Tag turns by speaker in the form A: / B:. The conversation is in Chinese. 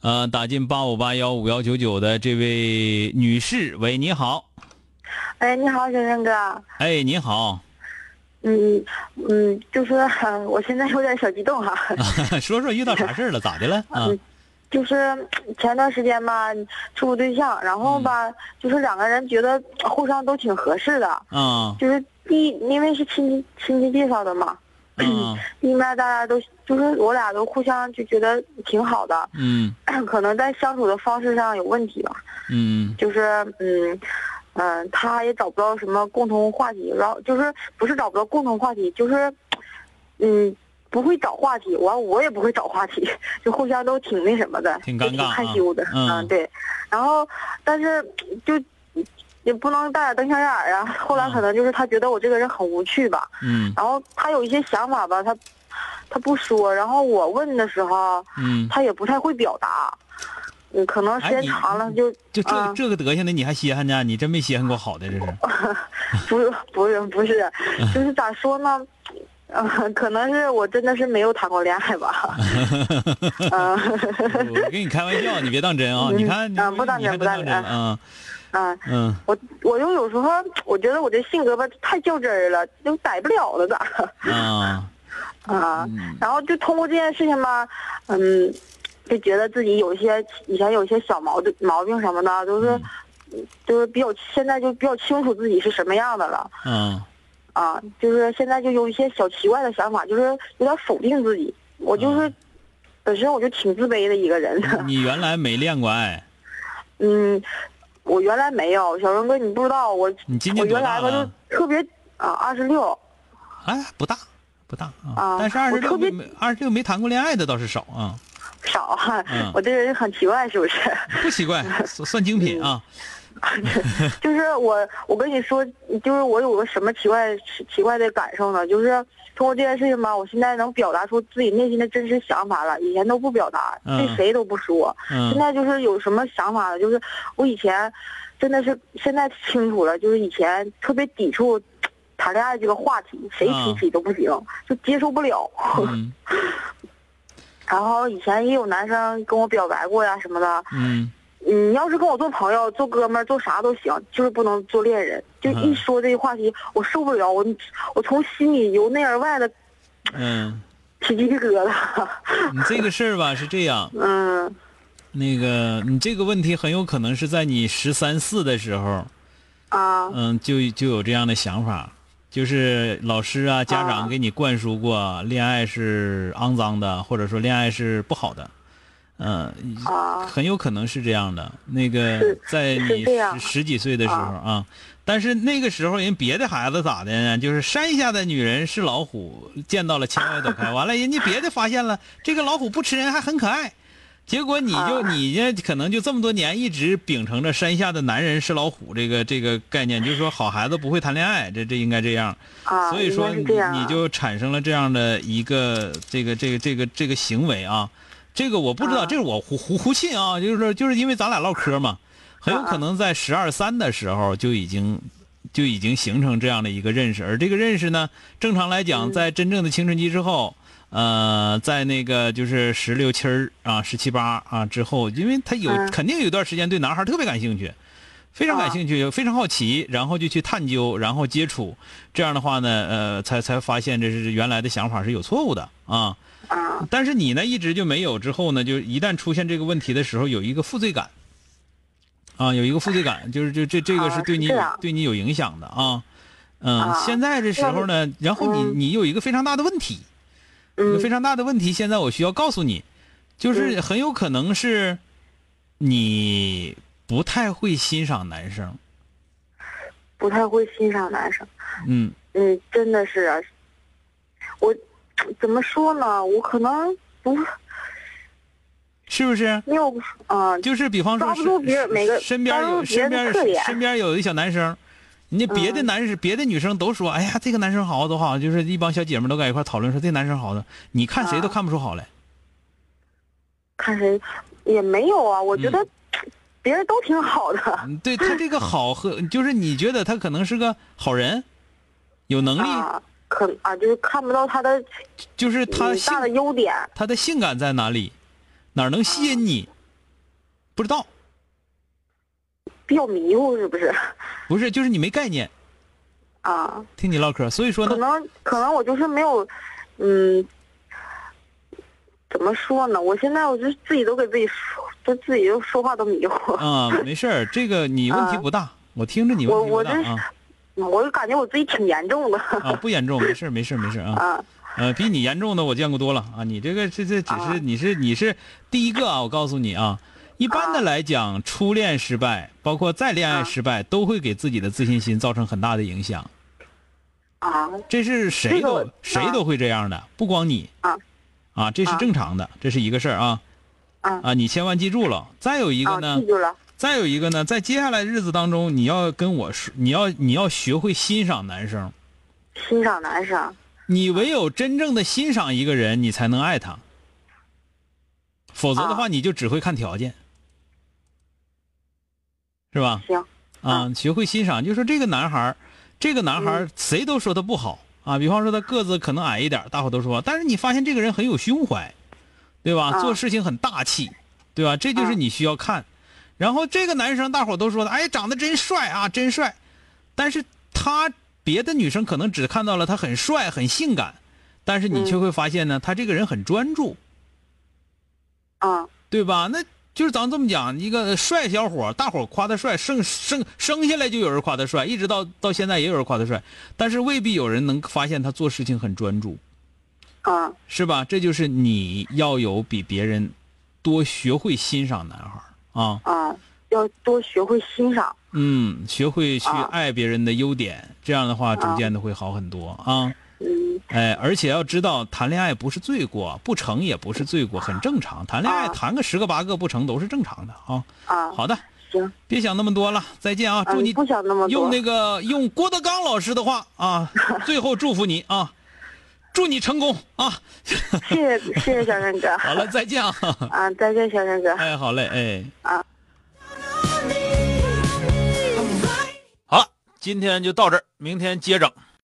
A: 呃，打进八五八幺五幺九九的这位女士，喂，你好，
B: 哎，你好，小生哥。
A: 哎，你好，
B: 嗯嗯，就说呃我现在有点小激动哈，嗯
A: 说说遇到啥事儿了，咋的了？啊，
B: 就是前段时间吧处个对象，然后吧、就是两个人觉得互相都挺合适的，
A: 啊，
B: 就是第因为是亲戚亲戚介绍的嘛，
A: 啊，
B: 一般大家都就是我俩都互相就觉得挺好的，
A: 嗯，
B: 可能在相处的方式上有问题吧，
A: 嗯，
B: 就是嗯。嗯，他也找不到什么共同话题，然后就是不是找不到共同话题，就是，嗯，不会找话题，完我也不会找话题， 就互相都挺那什么的，
A: 挺尴尬
B: 就挺害羞的，啊
A: 嗯
B: 对。然后，但是就也不能大眼瞪小眼儿啊。后来可能就是他觉得我这个人很无趣吧，
A: 嗯，
B: 然后他有一些想法吧，他他不说，然后我问的时候，
A: 嗯，
B: 他也不太会表达，嗯，可能时
A: 哎
B: 间
A: 你
B: 长了就
A: 就这、
B: 啊
A: 这个德行的，你还稀罕呢？你真没稀罕过好的，这 是。
B: 不是不是不是，就是咋说呢？嗯，可能是我真的是没有谈过恋爱吧。嗯
A: 我跟你开玩笑，你别当真啊！你看，你
B: 啊不当真
A: 你还
B: 不当
A: 真
B: 真
A: 了啊，
B: 嗯，
A: 嗯
B: 我我就有时候我觉得我这性格吧太较真儿了，就逮不了了咋？
A: 啊，
B: 啊，
A: 嗯
B: 然后就通过这件事情吧，嗯，就觉得自己有一些以前有一些小毛病毛病什么的，都是就是比较现在就比较清楚自己是什么样的了
A: 嗯
B: 啊，就是现在就有一些小奇怪的想法，就是有点否定自己。我
A: 啊
B: 就是本身我就挺自卑的一个人，
A: 嗯，你原来没恋过爱，
B: 嗯，我原来没有，小荣哥你不知道我
A: 你今
B: 我
A: 年多
B: 原
A: 大
B: 来吧
A: 了？
B: 就特别啊二十六
A: 哎，不大不大啊
B: 啊，
A: 但是二十
B: 我
A: 六
B: 特别
A: 没二十六没谈过恋爱的倒是少啊，
B: 少哈
A: 嗯，
B: 我这人很奇怪是不 是？
A: 不奇怪，
B: 嗯
A: 算算精品啊。
B: 就是我，我跟你说，就是我有个什么奇怪奇奇怪的感受呢？就是通过这件事情吧，我现在能表达出自己内心的真实想法了，以前都不表达，
A: 嗯
B: 对谁都不说。
A: 嗯
B: 现在就是有什么想法了，就是我以前真的是现在清楚了，就是以前特别抵触谈恋爱这个话题，谁提起都不行，就接受不了。
A: 嗯
B: 然后以前也有男生跟我表白过呀什么的，
A: 嗯
B: 你要是跟我做朋友、做哥们儿、做啥都行，就是不能做恋人。就
A: 嗯
B: 一说这个话题，我受不了，我我从心里由内而外的
A: 嗯，
B: 起鸡皮疙瘩。
A: 你这个事儿吧是这样，
B: 嗯
A: 那个你这个问题很有可能是在你十三四的时候，
B: 啊
A: 嗯，就就有这样的想法，就是老师啊、家
B: 啊
A: 长给你灌输过，恋爱是肮脏的，或者说恋爱是不好的，嗯、
B: 啊
A: 很有可能是这样的。那个
B: 是
A: 在
B: 是
A: 你
B: 这样
A: 十十几岁的时候啊但是那个时候人别的孩子咋的呢？就是山下的女人是老虎，见到了千万躲 开。完了，人家别的发现了，这个老虎不吃人，还很可爱。结果你就
B: 啊
A: 你呢，可能就这么多年一直秉承着“山下的男人是老虎”这个这个概念，就是说好孩子不会谈恋爱，这这应该这样。
B: 啊！
A: 所以
B: 应
A: 说
B: 该
A: 你
B: 是这样啊
A: 你就产生了这样的一个这个这个这个这个行为啊，这个我不知道，
B: 啊
A: 这是我胡胡胡信啊，就是说就是因为咱俩唠嗑嘛，很有
B: 啊啊
A: 可能在十二三的时候就已经就已经形成这样的一个认识，而这个认识呢，正常来
B: 嗯
A: 讲，在真正的青春期之后。呃，在那个就是十六七儿啊，十七八啊之后，因为他有、
B: 嗯
A: 肯定有一段时间对男孩特别感兴趣，非常感
B: 啊
A: 兴趣，非常好奇，然后就去探究，然后接触，这样的话呢，呃，才才发现这是原来的想法是有错误的啊。
B: 啊，
A: 但是你呢，一直就没有。之后呢，就一旦出现这个问题的时候，有一个负罪感，啊，有一个负罪 感，就是这这这个
B: 啊
A: 是对
B: 是
A: 你、
B: 这样
A: 对你有影响的啊。嗯，
B: 啊
A: 现在这时候呢，然后你、
B: 嗯
A: 你有一个非常大的问题，有
B: 嗯
A: 非常大的问题，现在我需要告诉你，就是很有可能是你不太会欣赏男生。
B: 不太会欣赏男生。
A: 嗯，
B: 嗯，真的是啊，我怎么说呢？我可能不，
A: 是不是？
B: 因为我不啊、
A: 就是比方说
B: 抓不住别人每个
A: 身身边
B: 抓不
A: 有
B: 住别
A: 身
B: 人
A: 边
B: 的特点
A: 身边有一小男生，人家别的男生、别的女生都说，哎呀，这个男生好多好，就是一帮小姐妹都在一块讨论说这男生好的，你看谁都看不出好来。
B: 看谁也没有啊。我觉得别人都挺好的。
A: 嗯对他这个好和就是你觉得他可能是个好人，有能力，
B: 啊，可啊，就是看不到他的
A: 就是他
B: 嗯
A: 性
B: 大的优点
A: 他的性感在哪里，哪儿能吸引你，不知道，
B: 比较迷糊，是不是？
A: 不是就是你没概念，
B: 啊，
A: 听你唠嗑，所以说
B: 可
A: 呢，
B: 能可能我就是没有，嗯，怎么说呢？我现在我就自己都给自己说，就自己就说话都迷 糊。
A: 啊、没事儿，这个你问题不大，我听着你
B: 我
A: 问题不
B: 啊
A: 大
B: 我这
A: 啊。
B: 我就感觉我自己挺严重的。
A: 啊，不严重，没事儿没事儿没事儿啊。
B: 啊
A: 呃，比你严重的我见过多了啊。你这个这这只是
B: 啊
A: 你是你是第一个啊，我告诉你啊，一般的来讲，初恋失败，包括再恋爱
B: 啊
A: 失败，都会给自己的自信心造成很大的影响。
B: 啊
A: 这是谁
B: 这个
A: 都、
B: 我
A: 谁
B: 啊
A: 都会这样的，不光你
B: 啊
A: 啊，这是
B: 啊
A: 正常的，这是一个事儿啊
B: 啊
A: 啊，你千万记住了。再有一个呢，
B: 啊，记住了
A: 再有一个呢，在接下来日子当中，你要跟我说，你要你要学会欣赏男生。
B: 欣赏男生
A: 你唯有真正的欣赏一个人，你才能爱他。否则的话，你就只会看条件，是吧？
B: 行
A: 啊，学会欣赏，就说这个男孩儿，这个男孩儿谁都说他不好啊。比方说他个子可能矮一点儿，大伙都说，但是你发现这个人很有胸怀，对吧？
B: 啊
A: 做事情很大气，对吧？这就是你需要看。然后这个男生，大伙都说他，哎，长得真帅啊，真帅。但是他别的女生可能只看到了他很帅、很性感，但是你却会发现呢，他这个人很专注，
B: 啊
A: 对吧？那就是咱这么讲，一个呃帅小伙，大伙儿夸他帅，生生生下来就有人夸他帅，一直到到现在也有人夸他帅，但是未必有人能发现他做事情很专注，
B: 啊
A: 是吧？这就是你要有比别人多学会欣赏男孩儿啊，
B: 啊，要多学会欣赏
A: 嗯，学会去
B: 啊
A: 爱别人的优点，这样的话逐
B: 啊
A: 渐的会好很多啊。
B: 嗯
A: 哎，而且要知道，谈恋爱不是罪过，不成也不是罪过，很正常。谈恋爱
B: 啊
A: 谈个十个八个不成都是正常的啊。
B: 啊，
A: 好的，
B: 行，
A: 别想那么多了，再见啊！祝
B: 嗯
A: 你
B: 不想那么多
A: 用那个用郭德纲老师的话 啊，最后祝福你啊，祝你成功啊！
B: 谢谢谢谢小山 哥
A: 好了，再见啊！
B: 啊，再见，小山哥。
A: 哎，好嘞，哎，
B: 啊
A: 好了，今天就到这儿，明天接整。